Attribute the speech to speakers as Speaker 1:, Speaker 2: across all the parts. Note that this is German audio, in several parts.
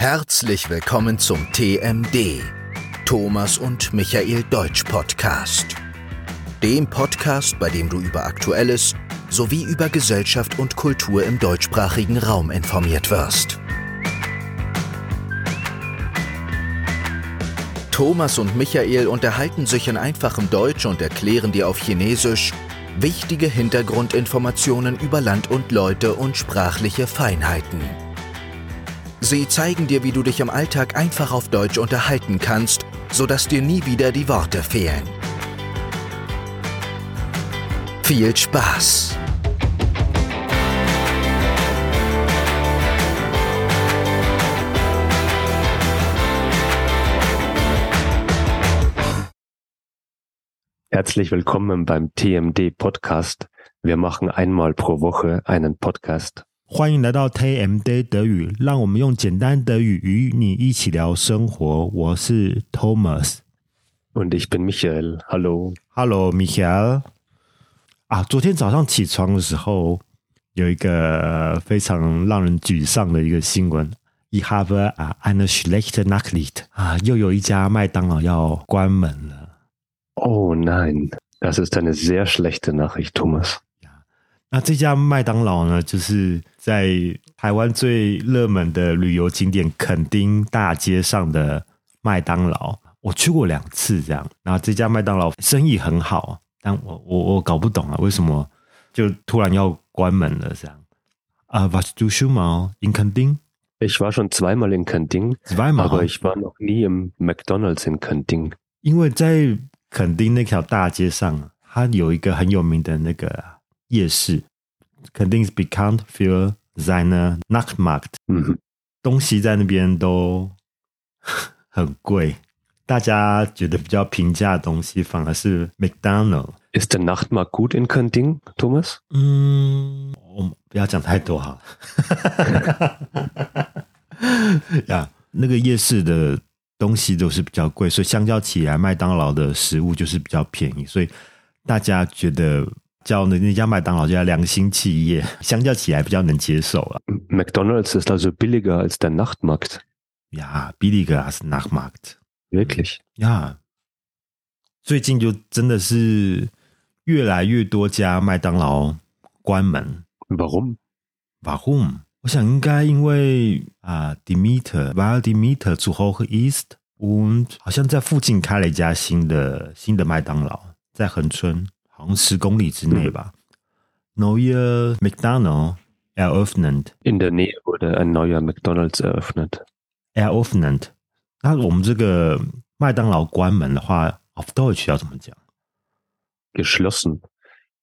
Speaker 1: Herzlich willkommen zum TMD, Thomas und Michael Deutsch Podcast. Dem Podcast, bei dem du über Aktuelles sowie über Gesellschaft und Kultur im deutschsprachigen Raum informiert wirst. Thomas und Michael unterhalten sich in einfachem Deutsch und erklären dir auf Chinesisch wichtige Hintergrundinformationen über Land und Leute und sprachliche Feinheiten. Sie zeigen dir, wie du dich im Alltag einfach auf Deutsch unterhalten kannst, sodass dir nie wieder die Worte fehlen. Viel Spaß!
Speaker 2: Herzlich willkommen beim TMD Podcast. Wir machen einmal pro Woche einen Podcast
Speaker 3: 欢迎来到 TMD 德语，让我们用简单德语与你一起聊生活。我是 Thomas。
Speaker 2: und ich bin Michael. Hallo.
Speaker 3: Hello, Michael。啊，昨天早上起床的时候，有一个呃非常让人沮丧的一个新闻。Ich habe 啊 eine schlechte Nachricht 啊，又有一家麦当劳要关门了。
Speaker 2: Oh nein, das ist eine sehr schlechte Nachricht, Thomas.
Speaker 3: 那这家麦当劳呢，就是在台湾最热门的旅游景点垦丁大街上的麦当劳，我去过两次这样。然后这家麦当劳生意很好，但我我我搞不懂啊，为什么就突然要关门了这样？啊，was du schon mal in 垦丁
Speaker 2: Ich war schon zweimal in Kanding, aber
Speaker 3: zweimal？
Speaker 2: ich war noch nie im McDonald's in Kanding.
Speaker 3: 因为在垦丁那条大街上，它有一个很有名的那个夜市，垦丁 is bekannt für seine Nachtmarkt。
Speaker 2: Mhm.
Speaker 3: 东西在那边都 很贵，大家觉得比较平价的东西反而是 McDonald。
Speaker 2: Ist der Nachtmarkt gut in Kanding, Thomas?
Speaker 3: 嗯，我们不要讲太多好了。 呀，那个夜市的东西都是比较贵，所以相较起来，麦当劳的食物就是比较便宜，所以大家觉得叫那那家麦当劳叫良心企业，相较起来比较能接受了。
Speaker 2: McDonald's ist also billiger als der Nachtmarkt.
Speaker 3: 呀，比利格阿斯纳马克。
Speaker 2: Wirklich.
Speaker 3: 呀，最近就真的是越来越多家麦当劳关门。
Speaker 2: Warum?
Speaker 3: Warum？我想应该因为啊、d i m i t e r v a l d i m i t e r zu hoch ist und 好像在附近开了一家新的新的麦当劳，在恒春，好像十公里之内吧。Neue McDonald eröffnet
Speaker 2: In der Nähe wurde ein neuer McDonald's eröffnet.
Speaker 3: Air o f f e n t 那我们这个麦当劳关门的话，auf Deutsch 要怎么讲？
Speaker 2: Geschlossen.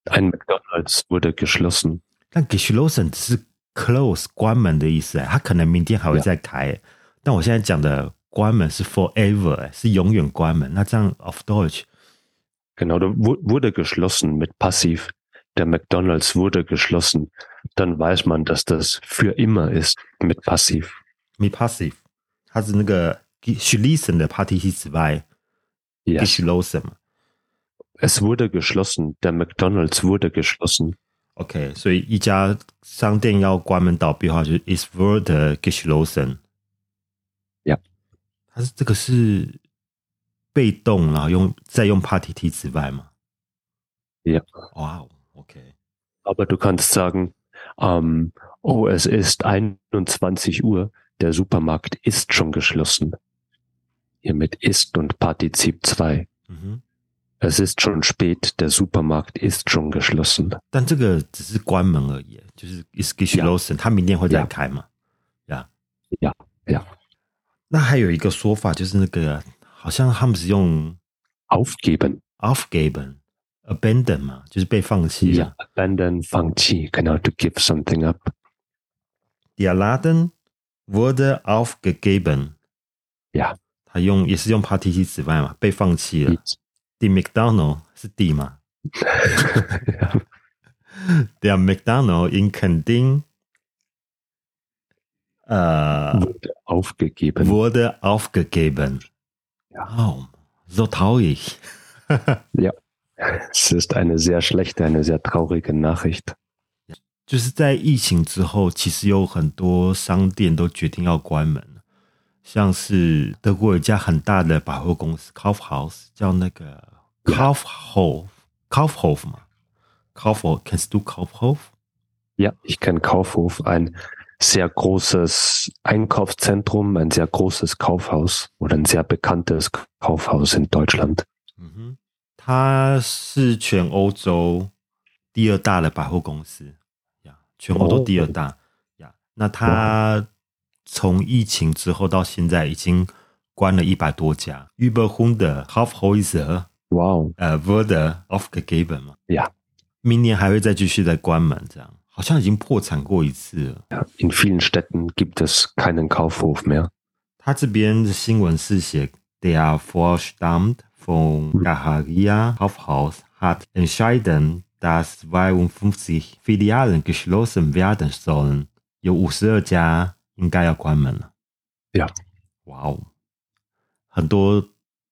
Speaker 2: Ein McDonald's wurde geschlossen.
Speaker 3: 但 geschlossen 只是 close 关门的意思，哎，它可能明天还会再开。哎但我现在讲的关门是 forever，哎是永远关门。那这样 of Deutsch
Speaker 2: Genau, da wu- wurde geschlossen mit Passiv. Der McDonald's wurde geschlossen. Dann weiß man, dass das für immer ist mit Passiv.
Speaker 3: me passive，它是那个 geschlossen 的 partition 之外
Speaker 2: Ja.
Speaker 3: geschlossen 嘛。
Speaker 2: Es wurde geschlossen. Der McDonald's wurde geschlossen.
Speaker 3: OK，所以一家商店要关门倒闭的话，就是 is wurde geschlossen。
Speaker 2: Yep
Speaker 3: 它是这个是被动，然后用再用 partition 之外嘛。
Speaker 2: Ja.
Speaker 3: 哇、哦 OK。
Speaker 2: Aber du kannst sagen, ähm, oh, es ist 21 Uhr. Der Supermarkt ist schon geschlossen. Hiermit ist und Partizip 2.
Speaker 3: 嗯哼。
Speaker 2: Es ist schon spät. Der Supermarkt ist schon geschlossen.
Speaker 3: 但这个只是关门而已，就是 is geschlossen，它明天会再开嘛？呀
Speaker 2: Yeah. Yeah.
Speaker 3: 那还有一个说法就是那个，好像他们是用
Speaker 2: Aufgeben.
Speaker 3: aufgeben abandon 嘛，就是被放弃。
Speaker 2: Ja. Abandon Fangqi. Genau, to give something up.
Speaker 3: Der Laden wurde aufgegeben。
Speaker 2: Ja.
Speaker 3: 他用也是用 partition 之外嘛，被放弃了。The McDonald 是 D 嘛？Der McDonald in 啊肯定，呃，
Speaker 2: wurde aufgegeben.
Speaker 3: wurde aufgegeben.
Speaker 2: Ja.
Speaker 3: Oh, so traurig.
Speaker 2: Es ist eine sehr schlechte, eine sehr traurige Nachricht.
Speaker 3: 就是在疫情之后，其实有很多商店都决定要关门，像是德国有一家很大的百货公司 Kaufhaus，叫那个 Kaufhof，Kaufhof 嘛，Kaufhof，Can do Kaufhof？
Speaker 2: Ja, ich kenne Kaufhof, ein sehr großes Einkaufszentrum, ein sehr großes Kaufhaus oder ein sehr bekanntes Kaufhaus in Deutschland.
Speaker 3: 嗯哼，它是全欧洲第二大的百货公司呀，全欧洲第二大呀。那它从疫情之后到现在已经关了一百多家，über hundert Kaufhäuser，
Speaker 2: Wow.
Speaker 3: 呃，wurde aufgegeben 嘛。
Speaker 2: Ja,
Speaker 3: 明年还会再继续再关门，这样好像已经破产过一次了。
Speaker 2: in vielen Städten gibt es keinen Kaufhof mehr.
Speaker 3: 他这边的新闻是写，They are Vorstand von Gaharia Kaufhaus hat entschieden, dass 52 Filialen geschlossen werden sollen。有五十二家应该要关门了。
Speaker 2: Yeah
Speaker 3: 哇哦，很多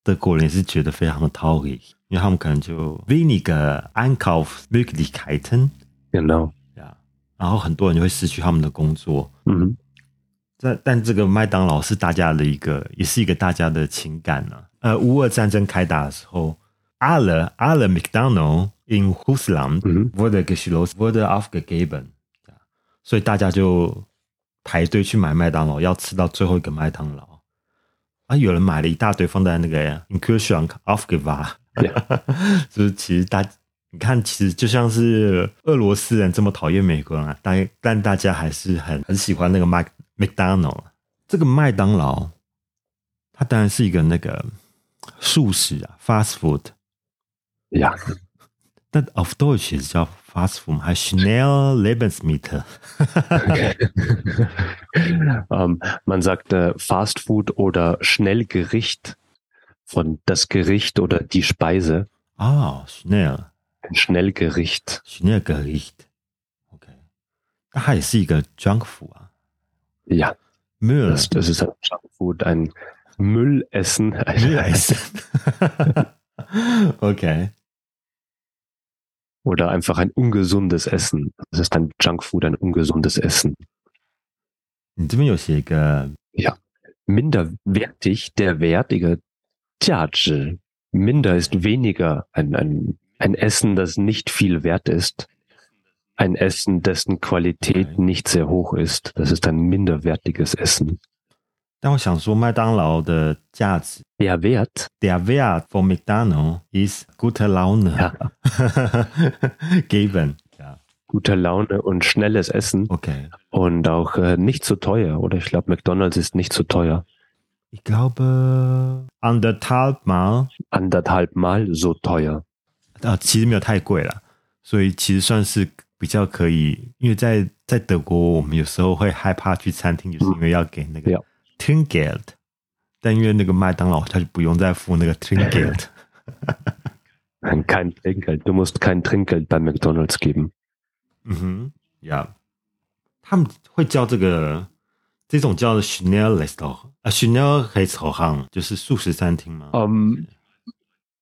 Speaker 3: 德国人也是觉得非常的 traurig，因为他们可能就 weniger Einkaufsmöglichkeiten，
Speaker 2: Genau.
Speaker 3: 呀，然后很多人就会失去他们的工作。
Speaker 2: Mhm.
Speaker 3: 但但这个麦当劳是大家的一个，也是一个大家的情感呢、呃，乌俄战争开打的时候，阿勒阿勒 McDonald in Husland
Speaker 2: Mhm.
Speaker 3: wurde geschlossen wurde aufgegeben，所以大家就排队去买麦当劳，要吃到最后一个麦当劳。啊，有人买了一大堆放在那个 incursion off g i v a 就是其实大你看，其实就像是俄罗斯人这么讨厌美国人啊，但但大家还是很很喜欢那个麦 McDonald 这个麦当劳，它当然是一个那个素食啊 fast food，
Speaker 2: Ja,
Speaker 3: 但 of Deutsch 也是叫 fast food，还 Schnell Lebensmittel。
Speaker 2: ähm, man sagt äh, Fast Food oder Schnellgericht von das Gericht oder die Speise.
Speaker 3: 哦，Schnell Ah,
Speaker 2: Ein Schnellgericht.
Speaker 3: Schnell Gericht，OK，、那它也是一个 junk food 啊
Speaker 2: Ja,
Speaker 3: ，Müll
Speaker 2: das, das ist ein Junkfood, ein Müllessen.
Speaker 3: Müll OK，
Speaker 2: Oder einfach ein ungesundes Essen. Das ist ein Junkfood, ein ungesundes Essen.
Speaker 3: 你这边有写一个
Speaker 2: Minderwertig, der wertige Tiazi. Minder ist weniger. Ein, ein, ein Essen, das nicht viel wert ist. Ein Essen, dessen Qualität nicht sehr hoch ist. Das ist ein minderwertiges Essen.
Speaker 3: 但我想说，麦当劳的价值
Speaker 2: Der Wert,
Speaker 3: äh, ，der Wert for McDonald is good Laune
Speaker 2: 呀
Speaker 3: given。Yeah.
Speaker 2: gute Laune und schnelles Essen
Speaker 3: Okay.
Speaker 2: und auch äh, nicht zu teuer, oder? Ich glaube, McDonald's ist nicht zu teuer.
Speaker 3: Ich glaube undertop 嘛，
Speaker 2: Anderthalb Mal so teuer.
Speaker 3: 啊，其实没有太贵了，所以其实算是比较可以，因为在在德国，我们有时候会害怕去餐厅，就是因为要给那个
Speaker 2: Yeah.
Speaker 3: trinket，但因为那个麦当劳，它就不用再付那个 trinket。
Speaker 2: Kein Trinkgeld. Du musst kein Trinkgeld bei McDonald's geben.
Speaker 3: 嗯哼呀，他们会叫这个这种叫 Chanel restaurant 啊，Chanel restaurant 就是素食餐厅吗？
Speaker 2: Ähm,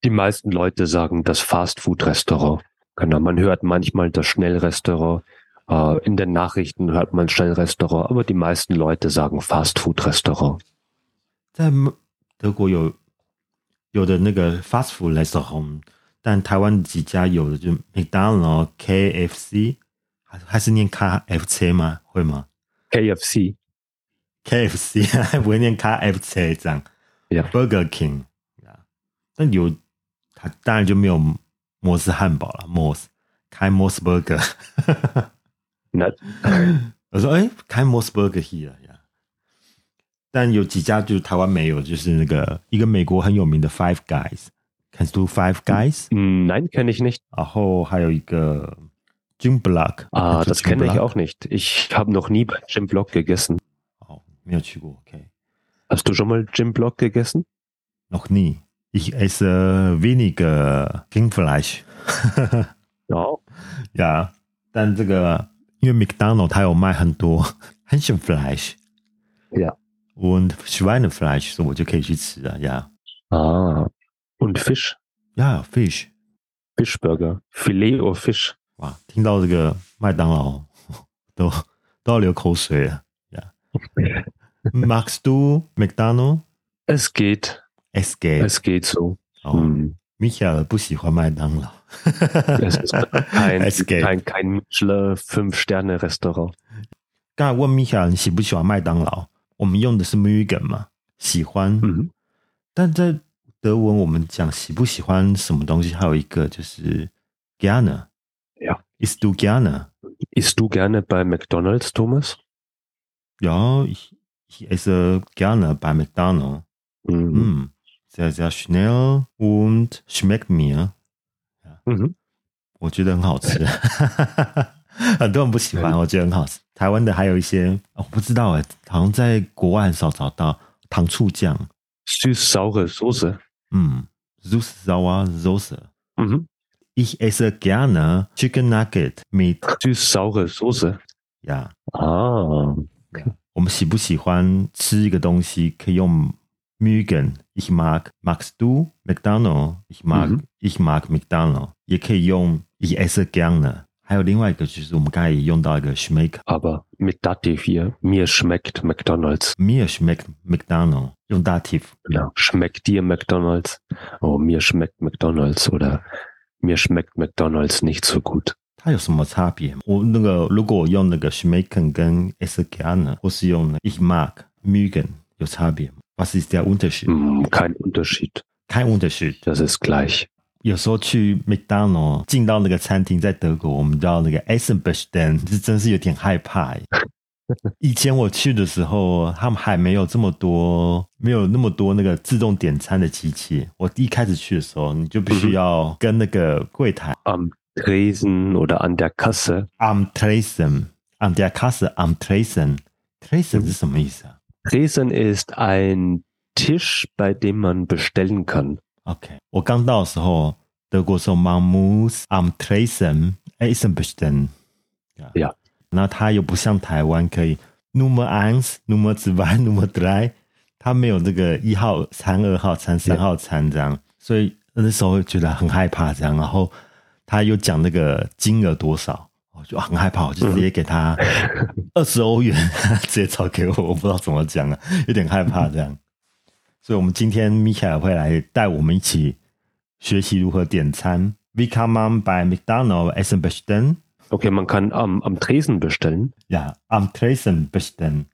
Speaker 2: die meisten Leute sagen das Fastfood-Restaurant. Genau, man hört manchmal das Schnellrestaurant. Äh, in den Nachrichten hört man Schnellrestaurant, aber die meisten Leute sagen Fastfood-Restaurant.
Speaker 3: 在德国有有的那个 fast food restaurant，但台湾几家有的就哦麦当劳、KFC，还还是念 KFC 吗？会吗
Speaker 2: KFC.
Speaker 3: ？KFC 还 不会念 KFC 这样
Speaker 2: Yeah.
Speaker 3: ，Burger King 啊，但有它当然就没有摩斯汉堡了，摩斯开摩斯 burger。
Speaker 2: Na,
Speaker 3: 我说：“哎、开 Mos Burger here 呀。”但有几家就是台湾没有，就是那个一个美国很有名的 Five Guys，Can do Five Guys，、
Speaker 2: nein, kenne ich nicht.
Speaker 3: 然后还有一个 Jim Block，
Speaker 2: Ah,
Speaker 3: 就
Speaker 2: das
Speaker 3: Jim
Speaker 2: kenne ich
Speaker 3: Block
Speaker 2: auch nicht. Ich habe noch nie bei Jim Block gegessen.
Speaker 3: 哦，没有去过，OK，noch、
Speaker 2: Hast du schon mal Jim Block gegessen?
Speaker 3: nie。Ich esse weniger Rindfleisch，
Speaker 2: Ja.
Speaker 3: 呀但这个因为 McDonald 它有卖很多 Hähnchenfleisch，
Speaker 2: Yeah.
Speaker 3: und Schweinefleisch，所以我就可以去吃啊，呀
Speaker 2: Ah, und Fisch.
Speaker 3: 呀，fish。
Speaker 2: Fischburger. Filet oder Fisch.
Speaker 3: 哇，听到这 个麦当劳都都要流口水了呀！ Magst du McDonald?
Speaker 2: Es geht,
Speaker 3: Es geht.
Speaker 2: es geht so.
Speaker 3: Oh,
Speaker 2: Hm.
Speaker 3: Michael不喜欢麦当劳。
Speaker 2: Es ist kein,
Speaker 3: Es geht.
Speaker 2: kein, kein Michelin Fünf-Sterne-Restaurant.
Speaker 3: 刚才问 Michael 你喜不喜欢麦当劳，我们用的是 Mugen 嘛，喜欢。
Speaker 2: Mhm.
Speaker 3: 但在德文我们讲喜不喜欢什么东西，还有一个就是 gerne。
Speaker 2: Ja.
Speaker 3: Ist du gerne？
Speaker 2: Isst du gerne bei McDonalds, Thomas?
Speaker 3: Ja, ich, ich esse gerne bei McDonald.
Speaker 2: Mhm.
Speaker 3: Hm, sehr, sehr schnell und schmeckt mir，
Speaker 2: Mhm.
Speaker 3: 我觉得很好吃。很多人不喜欢，
Speaker 2: 嗯
Speaker 3: 我觉得很好吃。台湾的还有一些，哦我不知道哎，好像在国外很少找到糖醋酱。
Speaker 2: Süß-saure Soße.
Speaker 3: Mm. Süß sauer Soße.
Speaker 2: Mhm.
Speaker 3: Ich esse gerne Chicken Nugget mit
Speaker 2: Süß-saure Soße.
Speaker 3: 呀。
Speaker 2: Ah.
Speaker 3: 我们喜不喜欢吃一个东西可以用 Mugen? Ich mag magst du McDonald? Ich mag、
Speaker 2: Mhm.
Speaker 3: ich mag McDonald，也可以用 Ich esse gerne。还有另外一个就是我们刚才也用到一个 schmeckt
Speaker 2: Aber mit Dativ hier. Mir schmeckt McDonalds.
Speaker 3: mir schmeckt McDonald 用 dativ。
Speaker 2: Genau. Schmeckt dir McDonalds? Oh, mir schmeckt McDonalds oder mir schmeckt McDonalds nicht so gut.
Speaker 3: 它有什么差别吗？我那个如果我用那个 Schmecken 跟 s k a n 或是用 Ich mag Mugen 有差别吗？Was ist der Unterschied？、
Speaker 2: Hm, kein Unterschied.
Speaker 3: 开 Unterschied。
Speaker 2: Das ist gleich.
Speaker 3: 有时候去 McDonald 进到那个餐厅，在德国我们叫那个 Essenbestand，这真是有点害怕耶。以前我去的时候，他们还没有这么多，没有那么多那个自动点餐的机器。我一开始去的时候，你就必须要跟那个柜台
Speaker 2: Am Tresen oder an der Kasse.
Speaker 3: am Tresen am der Kasse am Tresen Tresen 是什么意思啊
Speaker 2: Tresen ist ein Tisch, bei dem man bestellen kann.
Speaker 3: ？OK，我刚到的时候，德国说 Mamus am Tresen Essenbestand。
Speaker 2: Ja.
Speaker 3: 那它又不像台湾可以 number one、number two、number three，它没有这个一号餐、二号餐、三号餐这样，所以那时候觉得很害怕这样。然后他又讲那个金额多少，我就啊很害怕，我就直接给他二十欧元，直接找给我，我不知道怎么讲啊，有点害怕这样。所以，我们今天米凯尔会来带我们一起学习如何点餐。We come on by McDonald Essen bestellen.
Speaker 2: Okay, man kann am, am Tresen bestellen.
Speaker 3: Ja, am Tresen bestellen.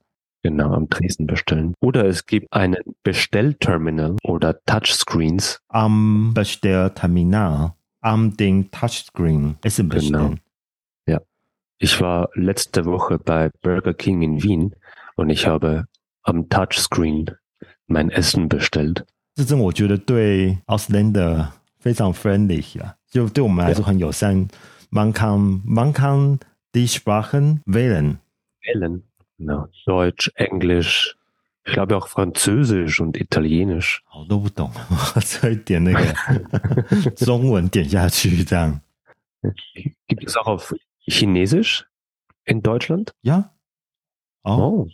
Speaker 2: Genau, am Tresen bestellen. Oder es gibt einen Bestellterminal oder Touchscreens.
Speaker 3: Am Bestellterminal. Am den Touchscreen. Essen bestellen.
Speaker 2: Ich war letzte Woche bei Burger King in Wien und ich habe am Touchscreen mein Essen bestellt.
Speaker 3: 这阵我觉得对 Auslander 非常 friendly 啊，就对我们来说很友善。Man kann, man kann die Sprachen wählen.
Speaker 2: Wählen. Genau. Deutsch, Englisch, ich glaube auch Französisch und Italienisch.
Speaker 3: 我都不懂， 我只会点那个 中文点下去这样。
Speaker 2: Gibt es auch auf Chinesisch in Deutschland?
Speaker 3: 呀，哦，
Speaker 2: Oh,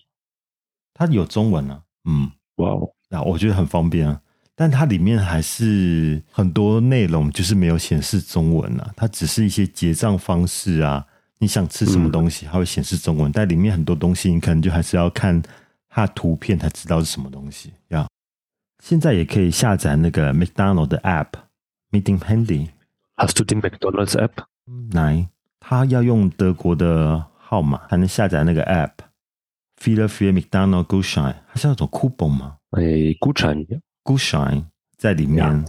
Speaker 3: 它有中文啊，嗯。
Speaker 2: wow.
Speaker 3: 那我觉得很方便啊。但它里面还是很多内容就是没有显示中文啊，它只是一些结账方式啊，你想吃什么东西，它会显示中文，但里面很多东西你可能就还是要看它的图片才知道是什么东西呀。现在也可以下载那个 McDonald 的 App，Meeting Handy，嗯
Speaker 2: Hast du die McDonald's App?
Speaker 3: 来，它要用德国的号码才能下载那个 App。f i l e f i l McDonald Go Shine，它是那种 coupon 吗？
Speaker 2: Äh, Gutschein, ja.
Speaker 3: g o o d Shine 在里面
Speaker 2: Yeah.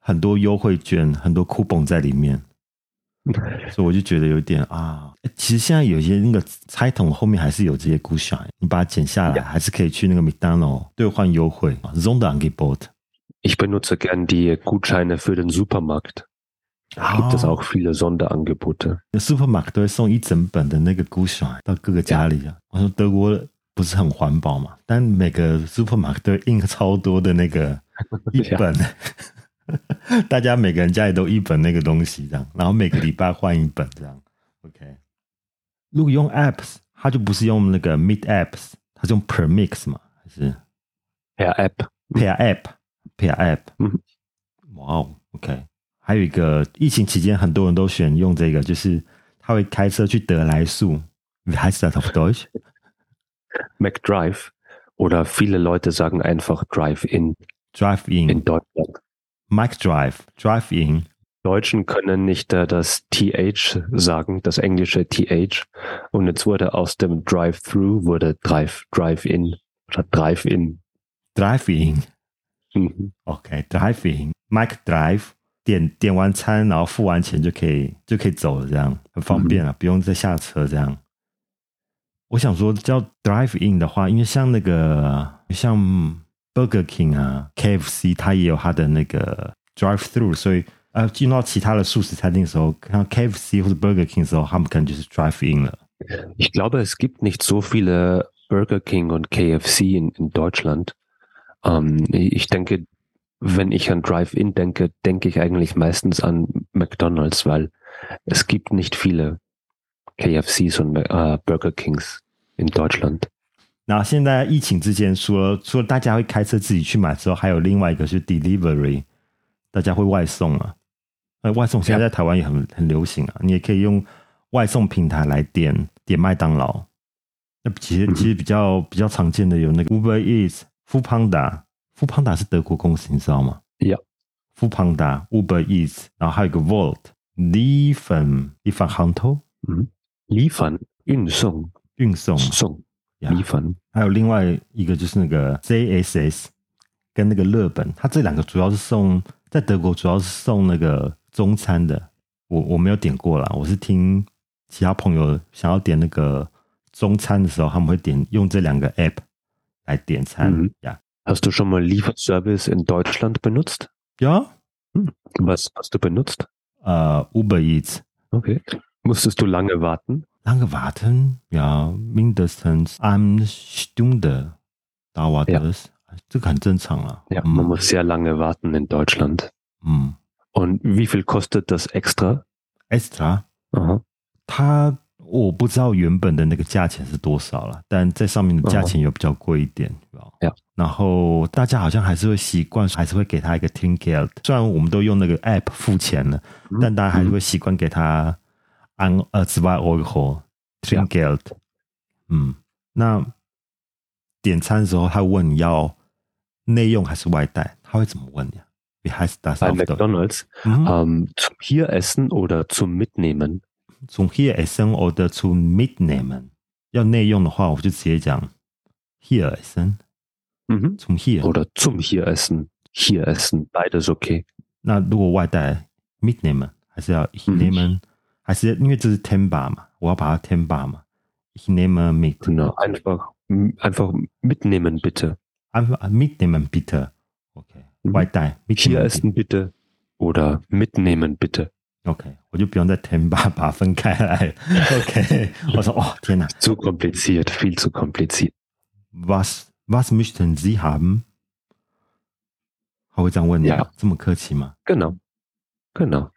Speaker 3: 很多优惠券，很多 coupon 在里面，所以我就觉得有点啊。诶其实现在有些那个拆桶后面还是有这些 Good Shine，你把它剪下来，还是可以去那个 McDonald 兑换优惠 Zondangebot。
Speaker 2: Ich benutze gern die Gutscheine für den Supermarkt. Da gibt
Speaker 3: Ah.
Speaker 2: es auch viele Sonderangebote.
Speaker 3: Supermarket 都会送一整本的那个 Good Shine 到各个家里啊。我说德国不是很环保嘛，但每个 Supermarket 都会印超多的那个一本。 大家每个人家里都一本那个东西，这样，然后每个礼拜换一本这样。OK，如果用 Apps，它就不是用那个 Meet Apps，它是用 Per Mix 嘛，还是
Speaker 2: Per App.
Speaker 3: Pair App？Pair App？
Speaker 2: 嗯
Speaker 3: 哇哦，OK。还有一个，疫情期间很多人都选用这个，就是他会开车去德莱素，还是在 Top Deutsch？
Speaker 2: McDrive Oder viele Leute sagen einfach Drive-In
Speaker 3: Drive
Speaker 2: in
Speaker 3: in,
Speaker 2: Deutschland.
Speaker 3: Mike Drive, Drive in.
Speaker 2: Deutschen können nicht äh, das TH sagen, das englische TH. Und jetzt wurde aus dem Drive-Through wurde Drive, Drive-In oder Drive-In.
Speaker 3: Driving.
Speaker 2: Mhm.
Speaker 3: OK，driving、Mike Drive 点点完餐，然后付完钱就可以就可以走了，这样很方便啊，不用再下车这样。我想说叫 drive in 的话，因为像那个像 Burger King 啊、KFC，它也有它的那个 drive through，所以呃，进到其他的素食餐厅的时候，看到 KFC 或者 Burger King 的时候，他们可能就是 drive in 了。
Speaker 2: Ich glaube, es gibt nicht so viele Burger King und KFC in, in Deutschland. Ähm, ich denke, wenn ich an Drive-In denke, denke ich eigentlich meistens an McDonald's, weil es gibt nicht viele KFCs und äh, Burger Kings in Deutschland.
Speaker 3: 那现在疫情之前除了除了大家会开车自己去买之后，还有另外一个是 delivery，大家会外送啊。呃，外送现在在台湾也很很流行啊，你也可以用外送平台来点点麦当劳。那其实
Speaker 2: 嗯
Speaker 3: 其实比较比较常见的有那个 Uber Eats、f o o Panda、f o o Panda 是德国公司，你知道吗？
Speaker 2: Ja.
Speaker 3: f o o Panda、Uber Eats，然后还有一个 Volt、Liefen、Liefen h u n t o
Speaker 2: Liefern, in Song,
Speaker 3: 运送
Speaker 2: Song,
Speaker 3: 呀
Speaker 2: liefern.
Speaker 3: 还有另外一个就是那个 JSS 跟那个乐本，它这两个主要是送在德国主要是送那个中餐的。我我没有点过啦，我是听其他朋友想要点那个中餐的时候，他们会点用这两个 app 来点餐
Speaker 2: 嗯
Speaker 3: 呀。
Speaker 2: Hast du schon mal Lieferservice in Deutschland benutzt?
Speaker 3: 有啊，
Speaker 2: Was hast du benutzt?
Speaker 3: 呃，Uber Eats。
Speaker 2: Okay. Musstest du lange warten?
Speaker 3: Lange warten, ja, mindestens eine Stunde dauert
Speaker 2: Ja.
Speaker 3: es. 哎这个很正常啊。
Speaker 2: Ja, man
Speaker 3: 嗯
Speaker 2: muss sehr lange warten in Deutschland.
Speaker 3: 嗯
Speaker 2: Und wie viel kostet das extra?
Speaker 3: ，extra
Speaker 2: Aha.
Speaker 3: 它我不知道原本的那个价钱是多少了，但在上面的价钱有比较贵一点，对吧
Speaker 2: Yeah
Speaker 3: 然后大家好像还是会习惯，还是会给他一个 Tinkelt。虽然我们都用那个 App 付钱了，但大家还是会习惯给他安呃 z w e i Euro Trinkgeld。嗯，那点餐的时候，他问你要内用还是外带，他会怎么问你啊？Wie heißt das
Speaker 2: Bei
Speaker 3: auf Deutsch？
Speaker 2: McDonalds
Speaker 3: 嗯
Speaker 2: ähm, zum hier essen oder zum Mitnehmen?
Speaker 3: zum hier essen oder zum mitnehmen。要内用的话，我就直接讲 here essen
Speaker 2: Mhm.
Speaker 3: zum here。
Speaker 2: Oder zum hier essen. Hier essen. Beides okay.
Speaker 3: 那如果外带 mitnehmen 还是要 ich
Speaker 2: 嗯
Speaker 3: nehmen，、还是因为这是 ten bar 嘛，我要把它 ten bar 嘛，ich nehme mit，
Speaker 2: Genau. Einfach, m- einfach mitnehmen bitte.
Speaker 3: 安 mitnehmen bitte。OK，、
Speaker 2: 嗯
Speaker 3: 外带
Speaker 2: Hier
Speaker 3: mitnehmen bitte。
Speaker 2: essen bitte oder mitnehmen bitte.
Speaker 3: OK，我就不用再 ten bar 把它分开来。OK，我 说哦天哪
Speaker 2: Zu kompliziert. Viel zu kompliziert.
Speaker 3: ，was was möchten Sie haben？他会这样问你啊
Speaker 2: Yeah
Speaker 3: 这么客气吗？
Speaker 2: Genau. Genau.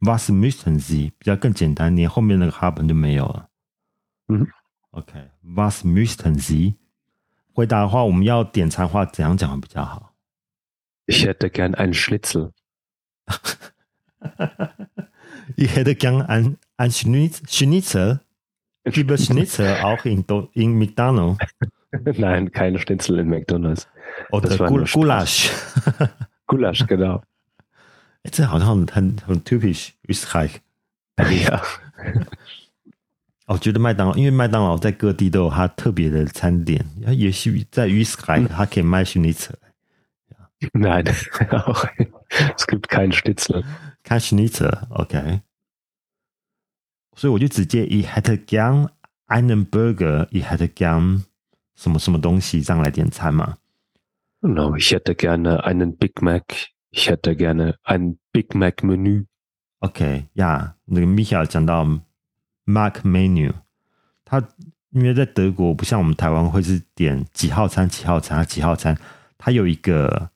Speaker 3: Was müssen Sie 比较更简单，你后面那个 haben 就没有了。
Speaker 2: 嗯
Speaker 3: ，OK，Was、müssen Sie 回答的话，我们要点餐话怎样讲会比较好？
Speaker 2: Ich hätte gern einen Schnitzel.
Speaker 3: 你 hätte gern ein ein Schnitz- Schnitzel über Schnitzel auch in Do- in McDonald
Speaker 2: Nein, kein Schnitzel in McDonalds.
Speaker 3: oder
Speaker 2: Das war nur
Speaker 3: Gul- Gulasch。
Speaker 2: Gulasch, genau.
Speaker 3: 诶哎这好像很很很 typisch Österreich。
Speaker 2: ja.
Speaker 3: 哦，觉得麦当劳，因为麦当劳在各地都有它特别的餐点，也许在 Österreich 它可以卖 Schnitzel。
Speaker 2: Nein, auch, es gibt keinen Schnitzel.
Speaker 3: 看 Schnitzel，OK。所以我就直接 i hätte gern einen Burger，i hätte gern 什么什么东西这样来点餐嘛。
Speaker 2: Genau, ich hätte gerne einen Big Mac. Ich hätte gerne ein Big Mac Menü.
Speaker 3: OK，呀、那个 Michael 讲到 Mark Menu，他因为在德国不像我们台湾会是点几号餐、几号餐、啊几号餐，它有一个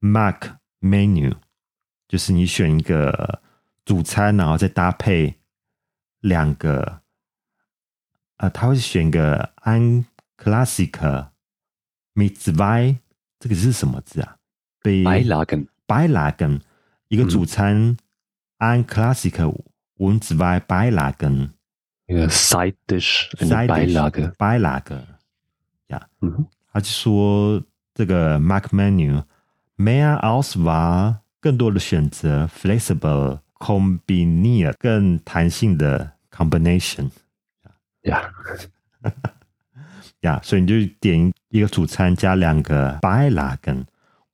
Speaker 3: Mark Menu，就是你选一个主餐，然后再搭配两个，呃，他会选一个 Ein Classic mit zwei，这个是什么字啊？被
Speaker 2: Beilagen.
Speaker 3: Beilagen，一个
Speaker 2: 嗯
Speaker 3: 主餐 ein Klassiker und zwei Beilagen
Speaker 2: Ja, Side Dish, eine
Speaker 3: Side-Dish
Speaker 2: Beilage.
Speaker 3: Beilage
Speaker 2: Mhm.
Speaker 3: 他就说这个 Mac menu mehr Auswahl 更多的选择 flexible combiniert 更弹性的 combination
Speaker 2: Ja,
Speaker 3: 呀所以你就点一个主餐加两个 b 拉根。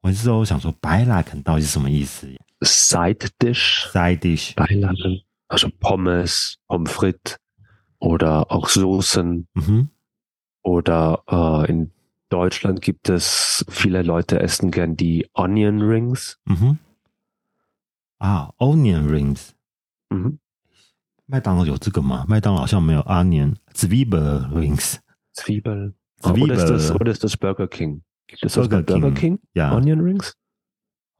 Speaker 3: 我那时候想说 b 拉根到底是什么意思
Speaker 2: Side Dish,
Speaker 3: ？side dish，
Speaker 2: Beilagen, also Pommes, Pommes frites oder auch Soßen
Speaker 3: 嗯哼，
Speaker 2: oder äh, in Deutschland gibt es viele Leute essen gern die Onion Rings.
Speaker 3: 嗯哼，啊，onion rings，
Speaker 2: Mhm.
Speaker 3: 麦当劳有这个吗？麦当劳好像没有 onion zwiebel rings，
Speaker 2: Zwiebel.
Speaker 3: Zwiebel.
Speaker 2: Oder, ist das, oder ist das Burger King? Gibt es das bei
Speaker 3: Burger
Speaker 2: Burger King?
Speaker 3: Ja.
Speaker 2: Onion Rings?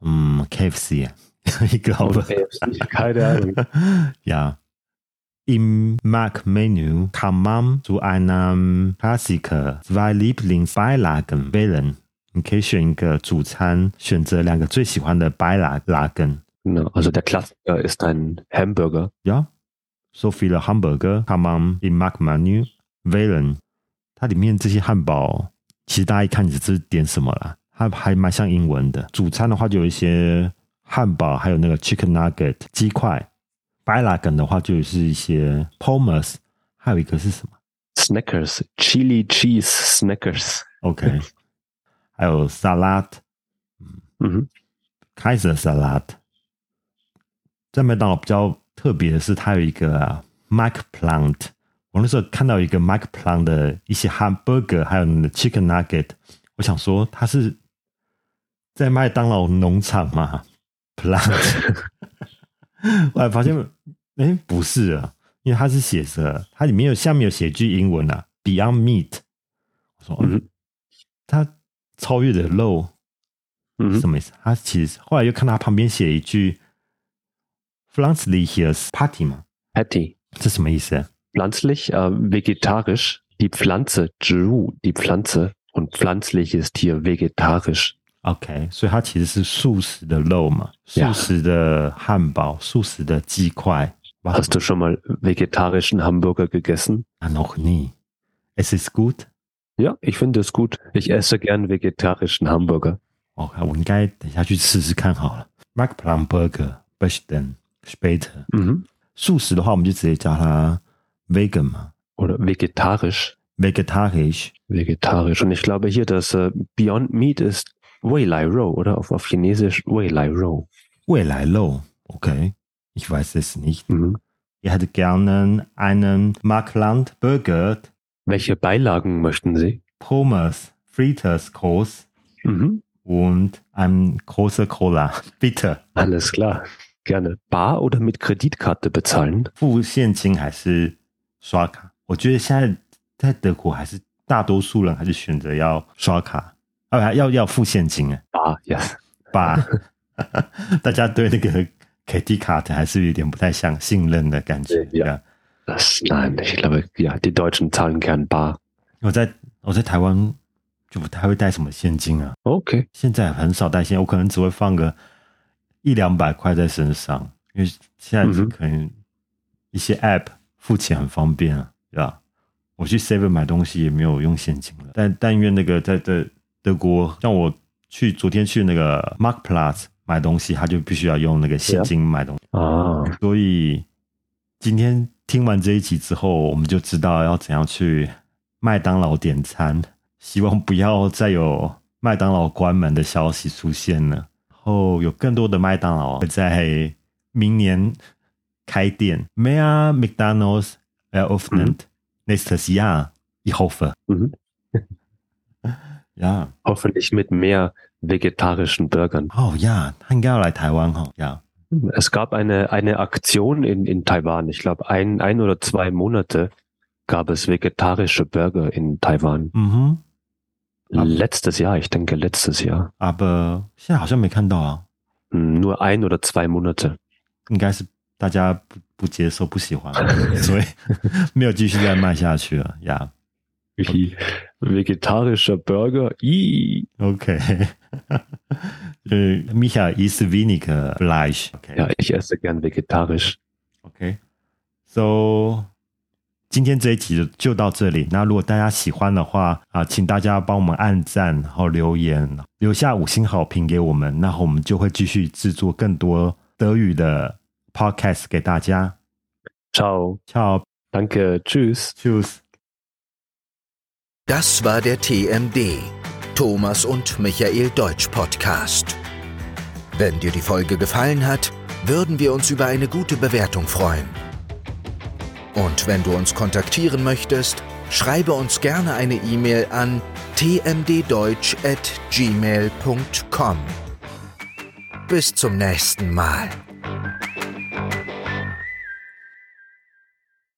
Speaker 3: 嗯，KFC，ich glaube。
Speaker 2: Keine Ahnung.
Speaker 3: ja. Im Mac-Menü kann man zu einem Klassiker zwei Lieblingsbeilagen wählen. 你可以选一个主餐，选择两个最喜欢的白拉拉根。
Speaker 2: Genau, also der Klassiker ist ein Hamburger.
Speaker 3: Ja, so viele Hamburger kann man im Mac-Menü wählen. 它里面这些汉堡，其实大家一看你是点什么啦，它还蛮像英文的。主餐的话就有一些汉堡，还有那个 chicken nugget 鸡块。白拉梗的话就是一些 pommes，还有一个是什么
Speaker 2: Snackers. Chili Cheese Snackers.
Speaker 3: ？OK，还有 salad
Speaker 2: Mhm.
Speaker 3: Kaiser salad。在麦当劳比较特别的是，它有一个、啊、Mac Plant。我那时候看到一个 Mac Plant 的一些 hamburger，还有你的 chicken nugget，我想说它是在麦当劳农场嘛？Plant，我还发现，哎、不是啊，因为它是写着它里面有下面有写一句英文啊，Beyond Meat。我说，嗯
Speaker 2: 嗯，
Speaker 3: 它超越了肉。是
Speaker 2: Mhm.
Speaker 3: 什么意思？他其实后来又看到他旁边写一句 f r a n c e l y h e r e s party” 嘛，
Speaker 2: Patty.
Speaker 3: 这什么意思？
Speaker 2: Pflanzlich, äh, vegetarisch. Die Pflanze, Zhu, die Pflanze. Und pflanzlich ist hier vegetarisch.
Speaker 3: OK，所以它其实是素食的肉嘛，素
Speaker 2: Yeah
Speaker 3: 食的汉堡，素食的鸡块。哇
Speaker 2: Hast du schon mal vegetarischen Hamburger gegessen?
Speaker 3: n o nie. Es ist good.
Speaker 2: Ja, ich finde es gut. Ich esse gern vegetarischen Hamburger.
Speaker 3: OK，我应该等一下去试试看好了。Mac Plum Burger, b e s t e n Später。
Speaker 2: Mhm.
Speaker 3: 素食的话，我们就直接叫它 vegan 嘛
Speaker 2: Oder vegetarisch.
Speaker 3: ，vegetarisch。
Speaker 2: Vegetarisch. Und ich glaube hier, dass äh, Beyond Meat ist Wei Lai Rou, oder? Auf, auf Chinesisch Wei Lai Rou.
Speaker 3: 未来肉，OK。Ich weiß es nicht.
Speaker 2: Mhm.
Speaker 3: Ihr hättet gerne einen Markland Burger,
Speaker 2: Welche Beilagen möchten Sie?
Speaker 3: Pommes, Fritters Groß
Speaker 2: Mhm.
Speaker 3: und ein großer Cola. Bitte.
Speaker 2: Alles klar. Gerne. Bar oder mit Kreditkarte bezahlen?
Speaker 3: 付现金还是刷卡？我觉得现在在德国还是大多数人还是选择要刷卡，啊，还要要付现金啊，
Speaker 2: Bar, yes.
Speaker 3: 把 大家对那个 KT 卡的还是有点不太相信任的感觉。啊
Speaker 2: 对，yeah Das, nein, ich glaube, ja, die Deutschen zahlen gern Bar.
Speaker 3: 我在我在台湾就不太会带什么现金啊，
Speaker 2: Okay.
Speaker 3: 现在很少带现，我可能只会放个一两百块在身上，因为现
Speaker 2: 嗯
Speaker 3: 在
Speaker 2: 哼
Speaker 3: 可能一些 App 付钱很方便啊，对吧？我去 Seven 买东西也没有用现金了，但但愿那个在在德国，像我去昨天去那个 Mark Plus 买东西，他就必须要用那个
Speaker 2: 啊
Speaker 3: 现金买东西，
Speaker 2: Ah,
Speaker 3: 所以今天听完这一集之后，我们就知道要怎样去麦当劳点餐。希望不要再有麦当劳关门的消息出现了。然后有更多的麦当劳会在明年开店。Mehr McDonald's eröffnet nächstes Jahr. Ich hoffe.
Speaker 2: Mhm.
Speaker 3: Ja.
Speaker 2: hoffentlich mit mehr vegetarischen Burgern.
Speaker 3: Oh ja，他应该要来台湾哦。Ja.
Speaker 2: Es gab eine, eine Aktion in, in Taiwan. Ich glaube, ein, ein oder zwei Monate gab es vegetarische Burger in Taiwan.
Speaker 3: 嗯哼。Ah.
Speaker 2: Letztes Jahr, ich denke letztes Jahr.
Speaker 3: Aber 啊现在好像没看到啊，
Speaker 2: Hm, Nur ein oder zwei Monate.
Speaker 3: 应该是大家不不接受、不喜欢，所以没有继续再卖下去了。呀、
Speaker 2: Vegetarischer Burger. Ii.
Speaker 3: Okay. Äh, Micha isst weniger Fleisch. Okay.
Speaker 2: Ja, ich esse gern vegetarisch.
Speaker 3: Okay. So, 今天这一集就就到这里。那如果大家喜欢的话啊，请大家帮我们按赞，然后留言，留下五星好评给我们，然后我们就会继续制作更多德语的 podcast 给大家。
Speaker 2: Ciao.
Speaker 3: Ciao,
Speaker 2: Danke. Tschüss.
Speaker 3: cheers.
Speaker 1: Das war der TMD, Thomas und Michael Deutsch Podcast. Wenn dir die Folge gefallen hat, würden wir uns über eine gute Bewertung freuen. Und wenn du uns kontaktieren möchtest, schreibe uns gerne eine E-Mail an tmddeutsch.gmail.com. Bis zum nächsten Mal.